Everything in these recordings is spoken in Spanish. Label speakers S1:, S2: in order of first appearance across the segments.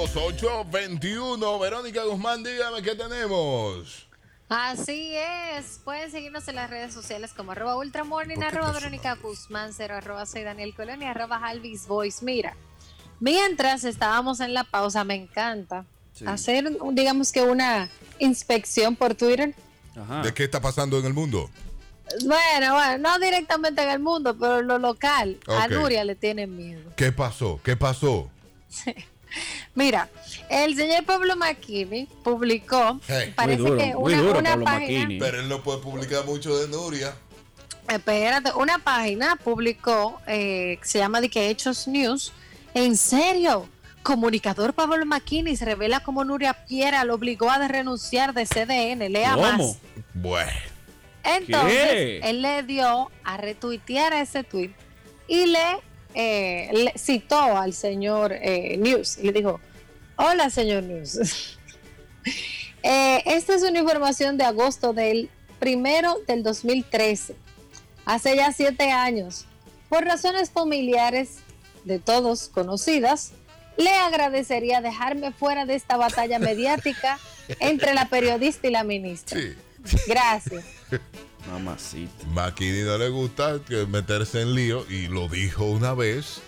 S1: minutos, 8.21. Verónica Guzmán, dígame qué tenemos.
S2: Así es, pueden seguirnos en las redes sociales como arroba ultramorning, arroba Verónica Guzmán, cero arroba soy Daniel Colón y arroba Alvis Voice. Mira, mientras estábamos en la pausa, me encanta
S3: Sí.
S2: hacer, digamos que una inspección por Twitter.
S3: Ajá.
S1: ¿De qué está pasando en el mundo?
S2: Bueno, bueno, no directamente en el mundo, pero en lo local. A
S1: Ok.
S2: Nuria le tienen miedo.
S1: ¿Qué pasó? ¿Qué pasó?
S2: Mira, el señor Pablo Maquini publicó,
S1: Hey.
S2: parece
S3: muy duro,
S2: que
S3: muy
S2: una,
S3: duro
S2: una
S3: Pablo
S2: página,
S3: Macchini.
S1: Pero él no puede publicar mucho de Nuria.
S2: espérate, una página publicó, eh, que se llama de que Hechos News, en serio, comunicador Pablo Maquini se revela cómo Nuria Piera lo obligó a renunciar de CDN, lea
S3: ¿Cómo?
S2: más.
S1: Bueno.
S2: Entonces,
S3: ¿Qué?
S2: él le dio a retuitear ese tweet y le, eh, le citó al señor eh, News y le dijo, hola señor News. Eh, esta es una información de agosto del primero del 2013, hace ya siete años. Por razones familiares de todos conocidas, le agradecería dejarme fuera de esta batalla mediática entre la periodista y la ministra.
S1: Sí.
S2: Gracias.
S3: Mamacita.
S1: Maquini no le gusta que meterse en lío y lo dijo una vez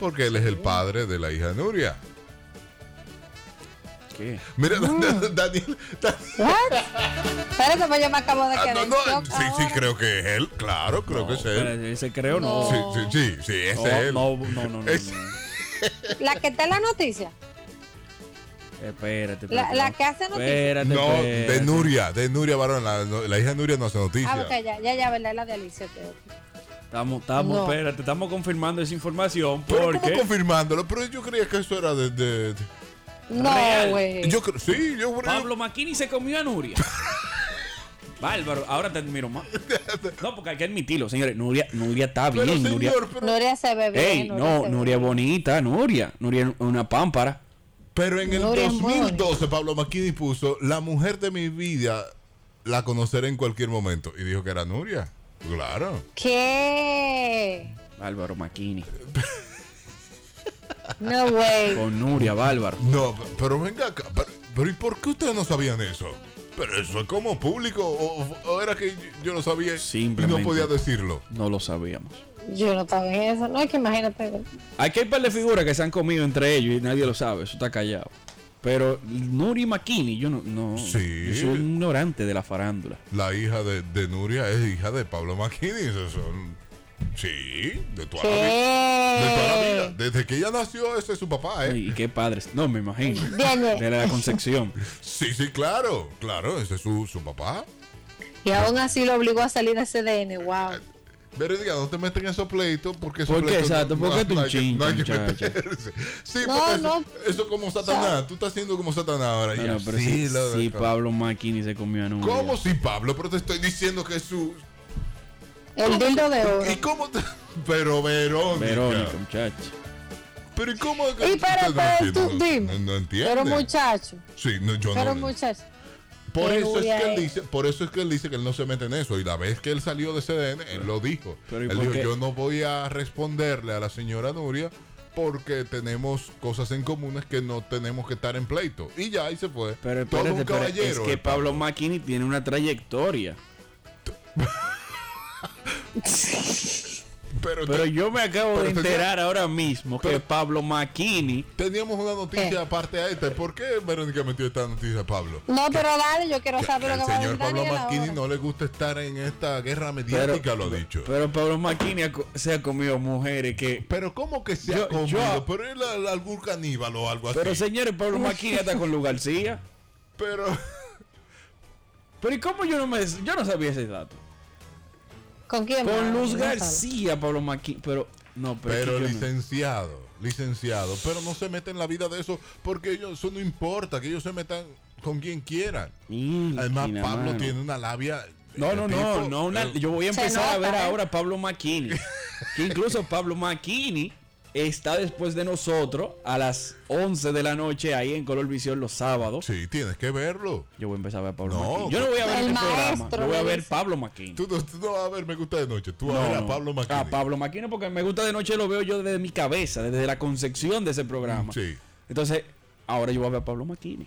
S1: porque él es el padre de la hija de Nuria.
S3: ¿Qué?
S1: Mira, Daniel. Daniel-
S2: What? Espérate, pues yo me acabo de
S1: ah,
S2: quedar.
S1: no,
S2: en
S1: no,
S2: shock
S1: sí, sí,
S2: ahora.
S1: creo que es él. Claro, creo
S3: No,
S1: que es él.
S3: espérate, Ese creo no.
S1: Sí, sí, sí, sí, ese
S3: No,
S1: es él.
S3: no, no, no, Eh, no,
S1: Es-
S3: no.
S2: La que está en la noticia.
S3: Espérate,
S2: La-
S3: espérate,
S2: la
S3: no.
S2: que hace noticias.
S3: Espérate,
S1: No,
S3: espérate.
S1: de Nuria, de Nuria varón, la, la hija de Nuria no hace
S2: Ah,
S1: noticia.
S2: ok, ya, ya, ya, ¿verdad? La de Alicia. creo.
S3: Estamos, estamos,
S2: No.
S3: espérate, estamos confirmando esa información
S1: Pero ¿cómo
S3: porque.
S1: confirmándolo, pero yo creía que eso era de... de- de-
S2: No,
S3: Real.
S2: güey.
S1: yo creo, sí, yo creo...
S3: Pablo Maquini se comió a Nuria. Bárbaro, ahora te admiro más. No, porque hay que admitirlo, señores. Nuria, Nuria está
S1: pero
S3: bien, Nuria.
S1: señor, pero,
S2: Nuria se ve bien.
S3: Ey, no,
S2: se ve
S3: Nuria es
S2: bien.
S3: bonita, Nuria. Nuria es una pámpara.
S1: pero en el
S2: Nuria es muy
S1: 2012 Pablo Maquini puso, la mujer de mi vida la conoceré en cualquier momento. Y dijo que era Nuria. Claro.
S2: ¿Qué?
S3: Bárbaro Maquini.
S2: No, güey.
S3: Con Nuria, bárbaro.
S1: No, p- pero venga acá, pero, pero ¿y por qué ustedes no sabían eso? Pero eso es como público, o, o era que yo- yo lo sabía y no
S3: Simplemente.
S1: podía decirlo.
S3: No lo sabíamos.
S2: Yo no estaba en eso. No, es que imagínate. güey.
S3: Aquí hay un par de figuras que se han comido entre ellos y nadie lo sabe, eso está callado. Pero Nuria Maquini, yo no. no
S1: Sí.
S3: Yo soy un ignorante de la farándula.
S1: La hija de, de Nuria es hija de Pablo McKinney. Eso son. Sí, de toda, la vida, de toda
S3: Eh.
S1: la vida.
S2: ¿Qué?
S1: Desde que ella nació, ese es su papá, ¿eh?
S3: Y qué padres. No, me imagino.
S2: Viene.
S3: De la Concepción.
S1: Sí, sí, claro. Claro, ese es su, su papá.
S2: Y aún así lo obligó a salir de CDN. Wow.
S1: Verónica, no te metas en esos pleitos porque esos
S3: ¿Por qué?
S1: pleitos
S3: Exacto, ¿por qué tú
S1: hay que-
S3: chinchas,
S1: no hay que
S3: muchacho?
S1: meterse. Sí,
S2: No,
S1: porque
S2: no.
S1: Eso, eso es como Satanás. tú estás siendo como Satanás ahora.
S3: Bueno,
S1: Y
S3: pero
S1: así
S3: sí,
S1: la-
S3: sí, Pablo Maquini se comió a Nuria.
S1: ¿Cómo si Pablo? Pero te estoy diciendo que es su.
S2: El dildo de oro.
S1: ¿Y cómo te- Pero Verónica.
S3: Verónica, muchacho.
S1: Pero ¿y cómo es que
S2: Y
S1: tú-
S2: para-
S1: ustedes no
S2: para
S1: entienden?
S2: tú, dime.
S1: No, no entiende.
S2: Pero muchacho.
S1: Sí, no, yo
S2: Pero
S1: no.
S2: muchacho.
S1: por
S2: que
S1: eso es
S2: Nuria
S1: que él
S2: es-
S1: dice, por eso es que él dice que él no se mete en eso. Y la vez que él salió de CDN, él lo dijo.
S3: Pero, ¿y
S1: él
S3: por
S1: dijo,
S3: qué?
S1: yo no voy a responderle a la señora Nuria porque tenemos cosas en comunes que no tenemos que estar en pleito. Y ya ahí se fue.
S3: Pero
S1: Todo
S3: espérate,
S1: un
S3: pero
S1: caballero.
S3: es que
S1: eh,
S3: Pablo Maquini tiene una trayectoria.
S1: pero,
S3: Pero
S1: te-
S3: yo me acabo de
S1: Pero tenía-
S3: enterar ahora mismo que Pablo Maquini.
S1: teníamos una noticia
S2: Eh.
S1: aparte a esta. ¿Por qué Verónica metió esta noticia a Pablo?
S2: No, Ah, pero dale, yo quiero
S1: Que
S2: saber lo
S1: al
S2: que va a
S1: señor
S2: decir
S1: Pablo
S2: Daniel
S1: Marquini
S2: ahora.
S1: no le gusta estar en esta guerra
S3: Pero,
S1: mediática, lo ha dicho.
S3: pero Pablo Maquini ha co- se ha comido mujeres que.
S1: Pero ¿cómo que se ha
S3: Yo-
S1: comido?
S3: yo-
S1: pero él al- algún caníbal o algo así.
S3: Pero señores, Pablo Maquini está con Lu García.
S1: Pero
S3: Pero ¿y cómo yo no me yo no sabía ese dato?
S2: ¿Con quién?
S3: Con
S2: No,
S3: Luz
S2: no sabe.
S3: García, Pablo Maquini, pero no, pero,
S1: pero
S3: es que yo no-
S1: licenciado, licenciado, pero no se mete en la vida de eso porque ellos eso no importa, que ellos se metan con quien quieran.
S3: Mira,
S1: Además Pablo
S3: mano.
S1: tiene una labia
S3: No, no,
S1: de
S3: no,
S1: tipo,
S3: no, una-
S1: eh,
S3: yo voy a
S2: Se
S3: empezar a
S2: nota,
S3: ver
S2: ¿eh?
S3: ahora a Pablo Maquini. Que incluso Pablo Maquini está después de nosotros a las 11 de la noche ahí en Color Visión los sábados.
S1: Sí, tienes que verlo.
S3: Yo voy a empezar a ver a Pablo
S1: No,
S3: Maquini. Yo no voy a ver
S2: el
S3: este programa,
S2: maestro,
S3: yo voy a
S2: me
S3: ver
S2: dice.
S3: Pablo Maquini.
S1: Tú, no- tú no vas a ver me gusta de noche, tú vas a ver a Pablo Marquini.
S3: A Ah, Pablo Maquini porque me gusta de noche lo veo yo desde mi cabeza, desde la concepción de ese programa.
S1: Sí.
S3: Entonces, Ahora yo voy a ver a Pablo Maquini.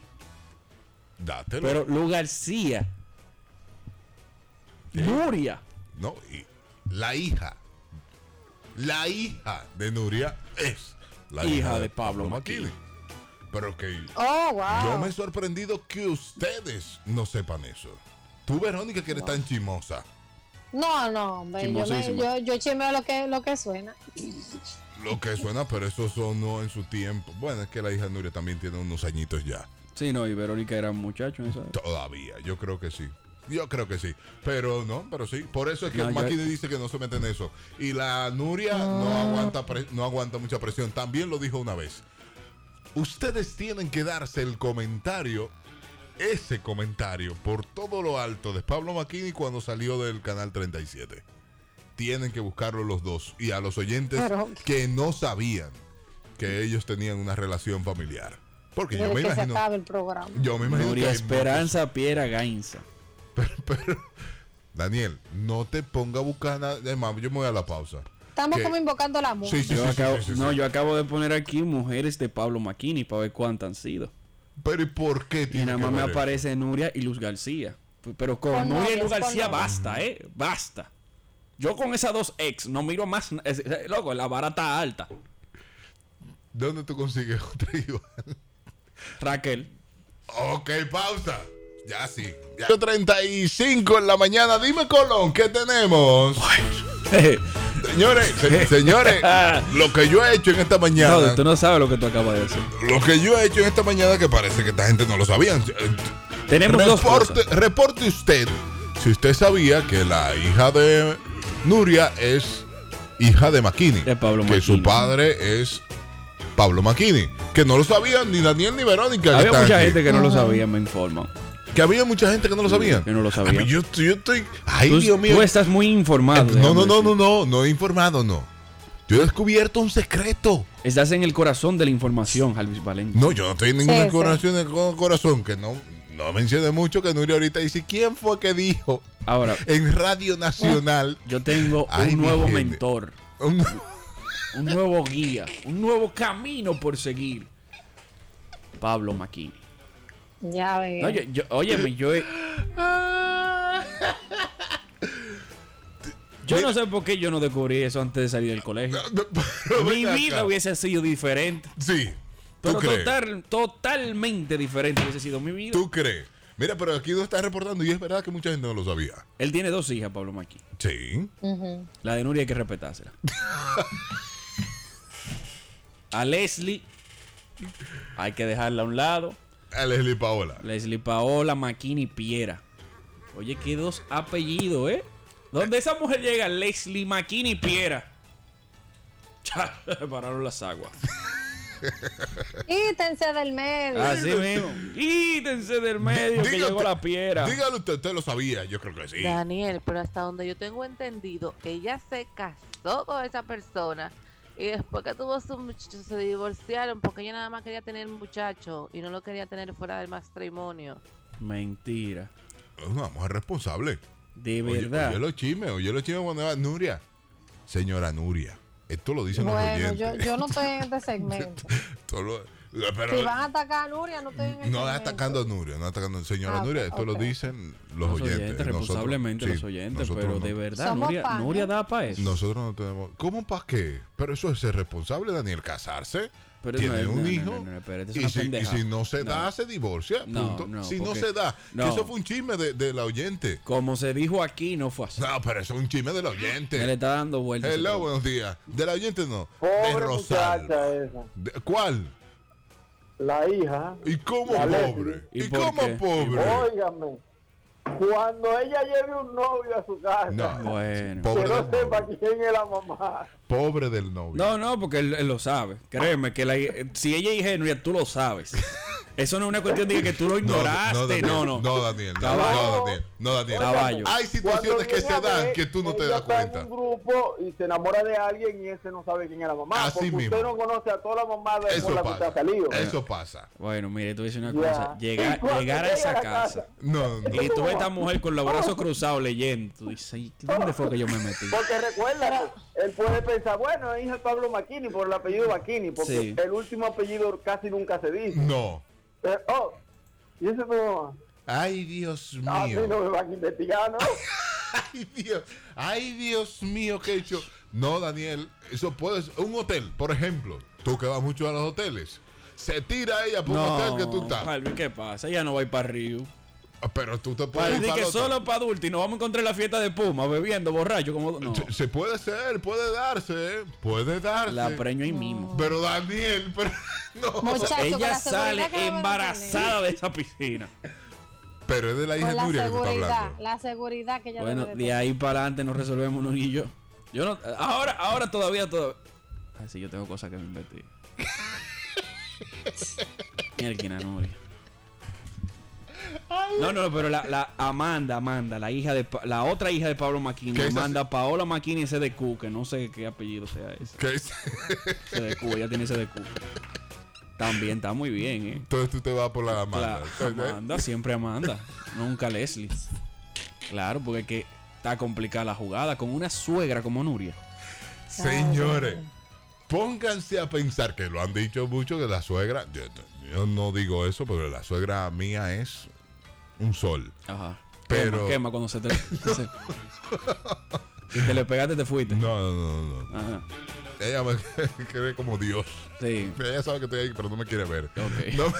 S1: Dátelo.
S3: Pero Lu García. Nuria.
S1: No, y la hija. La hija de Nuria es la
S3: Hija de Pablo
S1: Maquini. Pero que
S2: Oh, wow.
S1: yo me he sorprendido que ustedes no sepan eso. Tú, Verónica, que eres tan chimosa.
S2: No, no, hombre. Yo, me-
S3: Chismosísima.
S2: yo, yo chimeo lo que, lo que suena.
S1: Lo que suena, pero eso sonó en su tiempo. Bueno, es que la hija de Nuria también tiene unos añitos ya.
S3: Sí, no, y Verónica era un muchacho en esa época.
S1: Todavía, yo creo que sí. Yo creo que sí. Pero no, pero sí. Por eso es que
S3: No, yo-
S1: Maquini dice que no se mete en eso. Y la Nuria
S3: Ah.
S1: no, aguanta pre- no aguanta mucha presión. También lo dijo una vez. Ustedes tienen que darse el comentario, ese comentario, por todo lo alto de Pablo Maquini cuando salió del canal 37. Tienen que buscarlo los dos. Y a los oyentes
S2: Pero-
S1: que no sabían que ellos tenían una relación familiar. Porque yo
S2: Desde
S1: me
S2: que
S1: imagino.
S2: se acabe el programa.
S1: Yo me imagino que
S3: Nuria
S1: hay
S3: Esperanza Piera Gainza.
S1: Daniel, no te ponga bucana. Además, yo me voy a la pausa.
S2: Estamos
S1: ¿Qué?
S2: como invocando la muerte.
S1: Sí, sí,
S3: Yo
S1: sí, sí,
S3: acabo,
S1: sí, sí,
S3: no,
S1: sí.
S3: yo acabo de poner aquí mujeres de Pablo Maquini para ver cuántas han sido.
S1: Pero ¿y por qué
S3: Y
S1: tiene
S3: nada
S1: que
S3: más me
S1: ver eso?
S3: aparece Nuria y Luz García. P- Pero con
S2: Con
S3: Nuria y
S2: novias,
S3: Luz
S2: con
S3: García
S2: novias.
S3: basta, ¿eh? Basta. Yo con esas dos ex no miro más. na- es- es- Loco, la barata alta.
S1: ¿Dónde tú consigues otra igual?
S3: Raquel.
S1: ok, pausa. Ya sí. Ya. 35 en la mañana. Dime, Colón, ¿qué tenemos? Señores, se- señores, lo que yo he hecho en esta mañana.
S3: no, tú no sabes lo que tú acabas de decir.
S1: Lo que yo he hecho en esta mañana que parece que esta gente no lo sabía.
S3: Tenemos dos
S1: Reporte,
S3: cosas.
S1: reporte usted si usted sabía que la hija de Nuria es hija de Maquini.
S3: De Pablo
S1: que su
S3: Makini.
S1: padre es Pablo Maquini. Que no lo sabían ni Daniel ni Verónica. que
S3: Había
S1: están
S3: mucha
S1: aquí.
S3: gente que no lo sabía, me informa.
S1: Que había mucha gente que no lo sabía.
S3: que no lo sabía.
S1: Ay, yo, estoy- yo estoy. Ay,
S3: Tú,
S1: Dios mío. Eh,
S3: tú estás muy informado.
S1: no,
S3: déjame
S1: no, no,
S3: decir.
S1: no, no, no he informado, no. Yo he descubierto un secreto.
S3: Estás en el corazón de la información, Jalvis Valencia.
S1: No, yo no estoy en ninguna
S2: Sí, sí.
S1: corazón, en el corazón. Que no, no mencione mucho que Nuria ahorita dice: ¿Quién fue que dijo
S3: Ahora,
S1: en Radio Nacional?
S3: yo tengo
S1: Ay,
S3: un
S1: mi
S3: nuevo
S1: gente.
S3: mentor,
S1: Un-
S3: un nuevo guía, un nuevo camino por seguir. Pablo Maquini.
S2: Ya ve.
S3: No, yo, yo, óyeme, yo he- Yo no sé por qué yo no descubrí eso antes de salir del colegio.
S1: Pero
S3: Mi
S1: ven acá.
S3: vida hubiese sido diferente.
S1: Sí. ¿Tú
S3: Pero
S1: crees?
S3: total- totalmente diferente hubiese sido mi vida.
S1: ¿Tú crees? Mira, pero aquí lo están reportando y es verdad que mucha gente no lo sabía.
S3: Él tiene dos hijas, Pablo Maquini.
S1: Sí.
S2: Ujú.
S1: Eh.
S3: La de Nuria hay que respetársela. A Leslie hay que dejarla a un lado.
S1: A Leslie Paola.
S3: Leslie Paola Maquini Piera. Oye, qué dos apellidos, ¿eh? ¿Dónde esa mujer llega? Leslie Maquini Piera. Ya, pararon las aguas.
S2: Quítense del medio.
S1: Ah,
S3: Así mismo. Quítense del medio que
S1: Dígate-
S3: llegó la piedra.
S1: Dígalo usted, usted lo sabía, yo creo que sí.
S4: Daniel, pero hasta donde yo tengo entendido, ella se casó con esa persona y después que tuvo su muchacho se divorciaron porque ella nada más quería tener un muchacho y no lo quería tener fuera del matrimonio.
S3: Mentira.
S1: Es una mujer responsable.
S3: De
S1: Oye,
S3: verdad.
S1: Oye, los chismes, oye los chismes cuando va Nuria. Señora Nuria. Esto lo dicen los
S2: Bueno,
S1: oyentes.
S2: yo, yo no estoy en este segmento.
S1: Esto lo- pero-
S2: Si van a atacar a Nuria, no estoy en este
S1: no
S2: segmento.
S1: atacando a Nuria, no atacando señora
S2: Ah,
S1: Nuria, esto lo
S2: ok.
S1: dicen los,
S3: los
S1: oyentes.
S3: oyentes,
S1: Nosotros-
S3: responsablemente
S1: sí,
S3: los oyentes,
S1: nosotros
S3: pero
S1: no.
S3: de verdad,
S2: Somos
S3: Nuria,
S2: panas.
S3: Nuria da para eso.
S1: Nosotros no tenemos. ¿Cómo para qué? Pero eso es ser responsable, Daniel, casarse.
S3: Pero
S1: tiene
S3: no,
S1: un
S3: no, no,
S1: hijo.
S3: no, no, no, espérate, es
S1: y,
S3: una
S1: si, y
S3: pendeja.
S1: si no se
S3: No.
S1: da, se divorcia.
S3: No,
S1: punto.
S3: no,
S1: si no
S3: porque-
S1: se da. que
S3: no.
S1: eso fue un chisme de, de la oyente.
S3: Como se dijo aquí, no fue así.
S1: No, pero eso es un chisme de la
S3: Él le
S1: oyente.
S3: está dando vueltas.
S1: Hello, buenos días. De la oyente no. de
S5: Pobre
S1: Rosal.
S5: muchacha eh. esa.
S1: De- ¿Cuál?
S5: La hija.
S1: ¿Y cómo
S5: La Leslie.
S1: pobre?
S3: ¿Y
S1: ¿Y,
S3: por
S1: cómo
S3: qué?
S1: pobre?
S5: Óigame. Cuando ella lleve un novio a su casa,
S1: No.
S3: Bueno.
S5: que
S1: Pobre
S5: no
S1: del
S5: sepa
S1: novio.
S5: quién es la mamá.
S1: Pobre del novio.
S3: eh, No, no, porque él, él lo sabe. Créeme que la, si ella es ingenua, tú lo sabes. Eso no es una cuestión de que tú lo ignoraste. No, no.
S1: No, Daniel. No,
S3: Caballo.
S1: no, Daniel. No, Daniel.
S3: Caballo.
S1: Hay
S5: Cuando
S1: situaciones que
S5: viene
S1: se
S5: a
S1: dan
S5: ver,
S1: que tú no te
S5: ella
S1: das
S5: está
S1: cuenta.
S5: En un grupo y se enamora de alguien y ese no sabe quién es la mamá.
S1: Así
S5: porque
S1: mismo.
S5: usted no conoce a toda la mamá de con
S1: Eso
S5: la que usted ha
S1: pasa.
S5: salido.
S1: Eso pasa.
S3: Bueno, mire, tú dices una
S5: Ya.
S3: cosa. Llegar,
S5: Y cuando
S3: llegar a
S5: llega
S3: esa
S5: a la
S3: casa.
S5: casa.
S1: No, no.
S3: Y tú ves a esta mujer con los brazos cruzados leyendo. Tú dices, "Ay, ¿dónde fue que yo me metí?
S5: Porque recuerda, él puede pensar, bueno, es hija de Pablo Maquini por el apellido Maquini, porque
S3: Sí.
S5: el último apellido casi nunca se dice.
S1: No.
S5: Pero, oh, y ese es tu mamá.
S1: Ay, Dios
S5: A mí
S1: mío.
S5: no me van a investigar, ¿no?
S1: Ay, Dios. Ay, Dios mío, qué he hecho. No, Daniel. Eso puede ser. Un hotel, por ejemplo. Tú que vas mucho a los hoteles. Se tira ella por un hotel que tú estás. Ah,
S3: Palvin, ¿qué pasa? Ella no va a ir para Río.
S1: Pero tú te puedes
S3: Palvin,
S1: ir para
S3: que
S1: el hotel.
S3: solo para adultos y nos vamos a encontrar en la fiesta de Puma, bebiendo, borracho, como... No,
S1: Se- Se puede hacer, puede darse, ¿eh? puede darse.
S3: la preño ahí mismo.
S1: Pero Daniel, pero no.
S2: Muchacho, con
S3: Ella
S2: la seguridad
S3: sale
S2: que vamos a tener.
S3: embarazada de esa piscina.
S1: Pero es de la hija
S2: Con la
S1: Nuria que tú estás
S2: seguridad,
S1: hablando.
S2: la seguridad que ella
S3: Bueno,
S2: debe de
S3: de
S2: tener.
S3: ahí para adelante nos resolvemos uno y yo. Yo no. Ahora, ahora todavía, todavía. Ay, sí, yo tengo cosas que me inventé. Mierda, Nuria. No, no, pero la, la Amanda, Amanda, la hija de Pa- la otra hija de Pablo Maquini,
S1: Que esa
S3: Amanda Paola Maquini CDQ, que no sé qué apellido sea ese.
S1: ¿Qué es?
S3: CDQ, ella tiene CDQ. También está muy bien, eh.
S1: Entonces tú te vas por la
S3: Claro,
S1: mala.
S3: Amanda, siempre Amanda. Nunca Leslie. Claro, porque es que está complicada la jugada con una suegra como Nuria.
S1: Señores, pónganse a pensar que lo han dicho mucho que la suegra. Yo, yo no digo eso, pero la suegra mía es un sol.
S3: Ajá.
S1: Pero-
S3: Quema, quema cuando se te. se- y te le pegaste, te fuiste.
S1: No, no, no, no.
S3: Ajá.
S1: Ella me cree como Dios.
S3: Sí.
S1: Ella sabe que estoy ahí, pero no me quiere ver.
S3: Ok.
S1: No,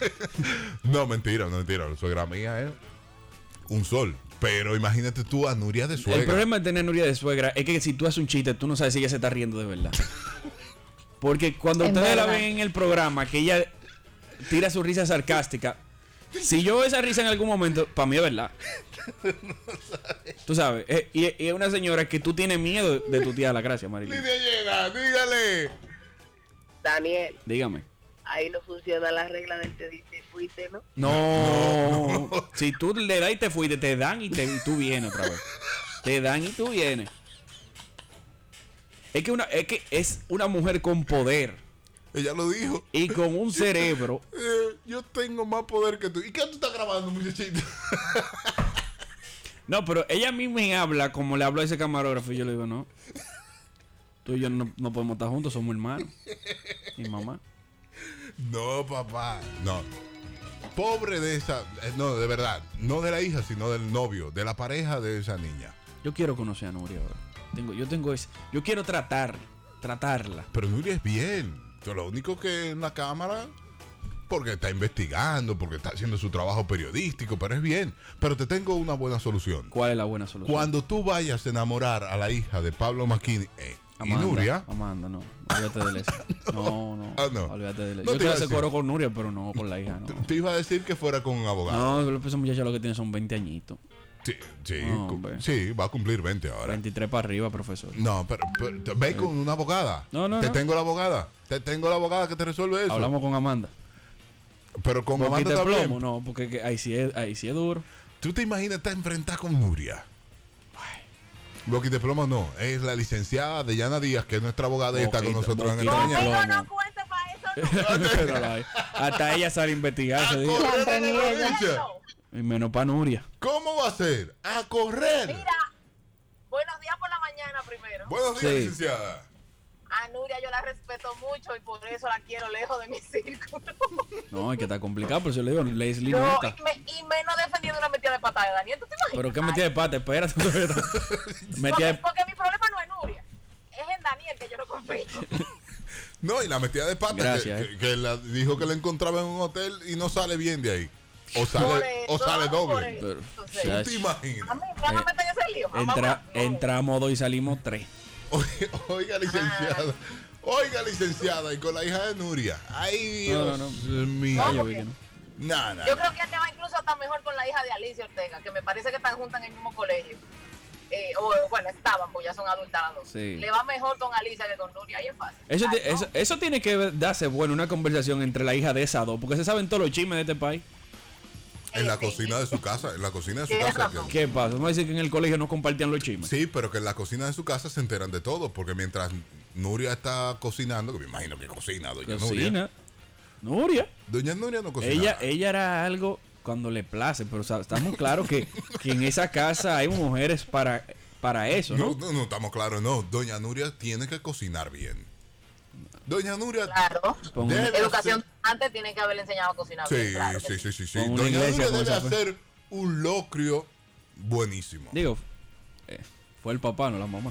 S1: no, mentira, no, mentira. La suegra mía es un sol. Pero imagínate tú a Nuria de suegra.
S3: El problema de tener Nuria de suegra es que si tú haces un chiste, tú no sabes si ella se está riendo de verdad. Porque cuando
S2: Es
S3: ustedes la
S2: verdad.
S3: ven en el programa, que ella tira su risa sarcástica, si yo veo esa risa en algún momento, para mí es verdad. Tú sabes, eh, y y es una señora que tú tienes miedo de tu tía la gracia, Marilyn.
S1: Lidia llega, dígale.
S6: Daniel,
S3: Dígame.
S6: ahí no funciona la regla del te dice fuiste, ¿no?
S3: No. Si tú le das y te fuiste, te dan y, te, y tú vienes otra vez. Te dan y tú vienes. Es que, una, es que es una mujer con poder
S1: Ella lo dijo.
S3: y con un cerebro.
S1: Eh, yo tengo más poder que tú. ¿Y qué tú estás grabando, muchachito?
S3: No, pero ella a mí me habla como le hablo a ese camarógrafo y yo le digo, no. Tú y yo no, no podemos estar juntos, somos hermanos. Y mamá.
S1: No, papá. No. Pobre de esa. eh, No, de verdad. No de la hija, sino del novio, de la pareja de esa niña.
S3: Yo quiero conocer a Nuria ahora. Tengo, yo tengo ese. Yo quiero tratar, tratarla.
S1: Pero Nuria es bien. Pero lo único que en la cámara. Porque está investigando, porque está haciendo su trabajo periodístico, pero es bien. Pero te tengo una buena solución.
S3: ¿Cuál es la buena solución?
S1: Cuando tú vayas a enamorar a la hija de Pablo McKinney eh, y
S3: Amanda,
S1: Nuria,
S3: Amanda, no. Olvídate de Leslie. no, no.
S1: Ah, no.
S3: Olvídate de
S1: No te iba
S3: Leslie. Yo te
S1: a
S3: hacer
S1: decir.
S3: coro con Nuria, pero no con la hija, no.
S1: te iba a decir que fuera con un abogado.
S3: No, pero esos muchachos lo que tienen son 20 añitos.
S1: Sí, sí,
S3: No,
S1: cu-
S3: hombre.
S1: sí, va a cumplir 20 ahora.
S3: 23 para arriba, profesor.
S1: No, pero, pero te- ve con una abogada.
S3: No, no,
S1: Te
S3: no.
S1: tengo la abogada. Te tengo la abogada que te resuelve eso.
S3: Hablamos con Amanda.
S1: Pero con
S3: Con
S1: Amanda
S3: Peter
S1: también.
S3: Plomo, no, porque que ahí sí es, ahí sí es duro.
S1: ¿Tú te imaginas estar enfrentada con Nuria? Boquita Plomo no, es la licenciada Deyana Díaz, que es nuestra abogada y está con
S3: Boquita-
S1: nosotros en el
S3: Boquita
S1: mañana.
S3: Plomo.
S6: cuenta para eso, no.
S3: Mírala ahí. Hasta ella sale a investigar, se dice.
S1: ¡A correr
S2: Siempre
S1: a la
S2: ni ella.
S1: derecha!
S3: Y menos para Nuria.
S1: ¿Cómo va a ser? ¡A correr!
S6: buenos días por la mañana primero.
S1: Buenos días,
S3: Sí.
S1: licenciada.
S6: A Nuria yo la respeto mucho y por eso la quiero lejos de mi círculo.
S3: No, es que está complicado, pero yo le digo, Leslie no
S6: No,
S3: está.
S6: y, me, y menos defendiendo una metida de patada de Daniel. ¿Tú te imaginas?
S3: Pero qué metida de pata, espérate. espérate. metida
S6: Porque,
S3: de...
S6: porque mi problema no es Nuria, es en Daniel que yo no confío.
S1: No, y la metida de pata que-
S3: Gracias,
S1: que, que la- dijo que la encontraba en un hotel y no sale bien de ahí. O sale, o
S6: eso,
S1: sale
S6: por
S1: doble.
S6: eso.
S3: Pero,
S6: Entonces,
S1: ¿Tú
S3: ya,
S1: te imaginas?
S6: A mí me van a meter en ese lío. mamá,
S3: Eh, entra,
S6: no.
S3: entramos dos y salimos tres.
S1: Oye, Oiga, licenciada. Oiga, licenciada, y con la hija de Nuria. Ay,
S3: No,
S1: Dios
S3: no,
S1: mío.
S3: Ah, yo vi que no.
S1: Nah, nah.
S6: Yo creo que él te va incluso hasta mejor con la hija de Alicia Ortega, que me parece que están juntas en el mismo colegio. eh, o bueno, estaban, pues ya son adultas las dos.
S3: Sí.
S6: Le va mejor con Alicia que con Nuria, ahí es fácil.
S3: Eso,
S6: Ay,
S3: ti-
S6: no.
S3: eso, eso tiene que darse bueno una conversación entre la hija de esas dos, porque se saben todos los chismes de este país.
S1: En la cocina de su casa, en la cocina de su
S6: Tienes
S1: casa.
S6: razón.
S1: que-
S3: ¿Qué pasa? Vamos a decir que en el colegio no compartían los chismes.
S1: Sí, pero que en la cocina de su casa se enteran de todo, porque mientras Nuria está cocinando, que me imagino que cocina, doña Nuria. Pues
S3: Cocina. Nuria.
S1: Doña Nuria no cocina.
S3: Ella, ella era algo cuando le place, pero o sea, estamos claros que, que en esa casa hay mujeres para, para eso,
S1: No,
S3: ¿no?
S1: no, no, estamos claros, no. Doña Nuria tiene que cocinar bien. Doña Nuria.
S6: Claro.
S3: Pon
S1: debe
S3: una-
S1: hacer-
S6: Educación antes tiene que haberle enseñado a cocinar. bien,
S1: Sí,
S6: claro
S1: sí,
S6: que
S1: sí, sí, sí.
S3: Con una
S1: Doña
S3: iglesia
S1: Nuria
S3: con
S1: debe
S3: esa fe.
S1: hacer un locrio buenísimo.
S3: Digo, eh, fue el papá, no la mamá.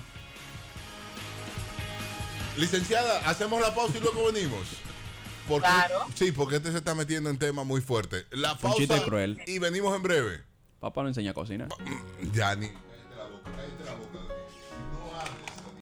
S1: Licenciada, hacemos la pausa y luego venimos. Porque,
S6: Claro.
S1: Sí, porque este se está metiendo en tema muy fuerte. La
S3: Un chiste
S1: pausa
S3: cruel.
S1: y venimos en breve.
S3: Papá no enseña a cocinar.
S1: Ya ni-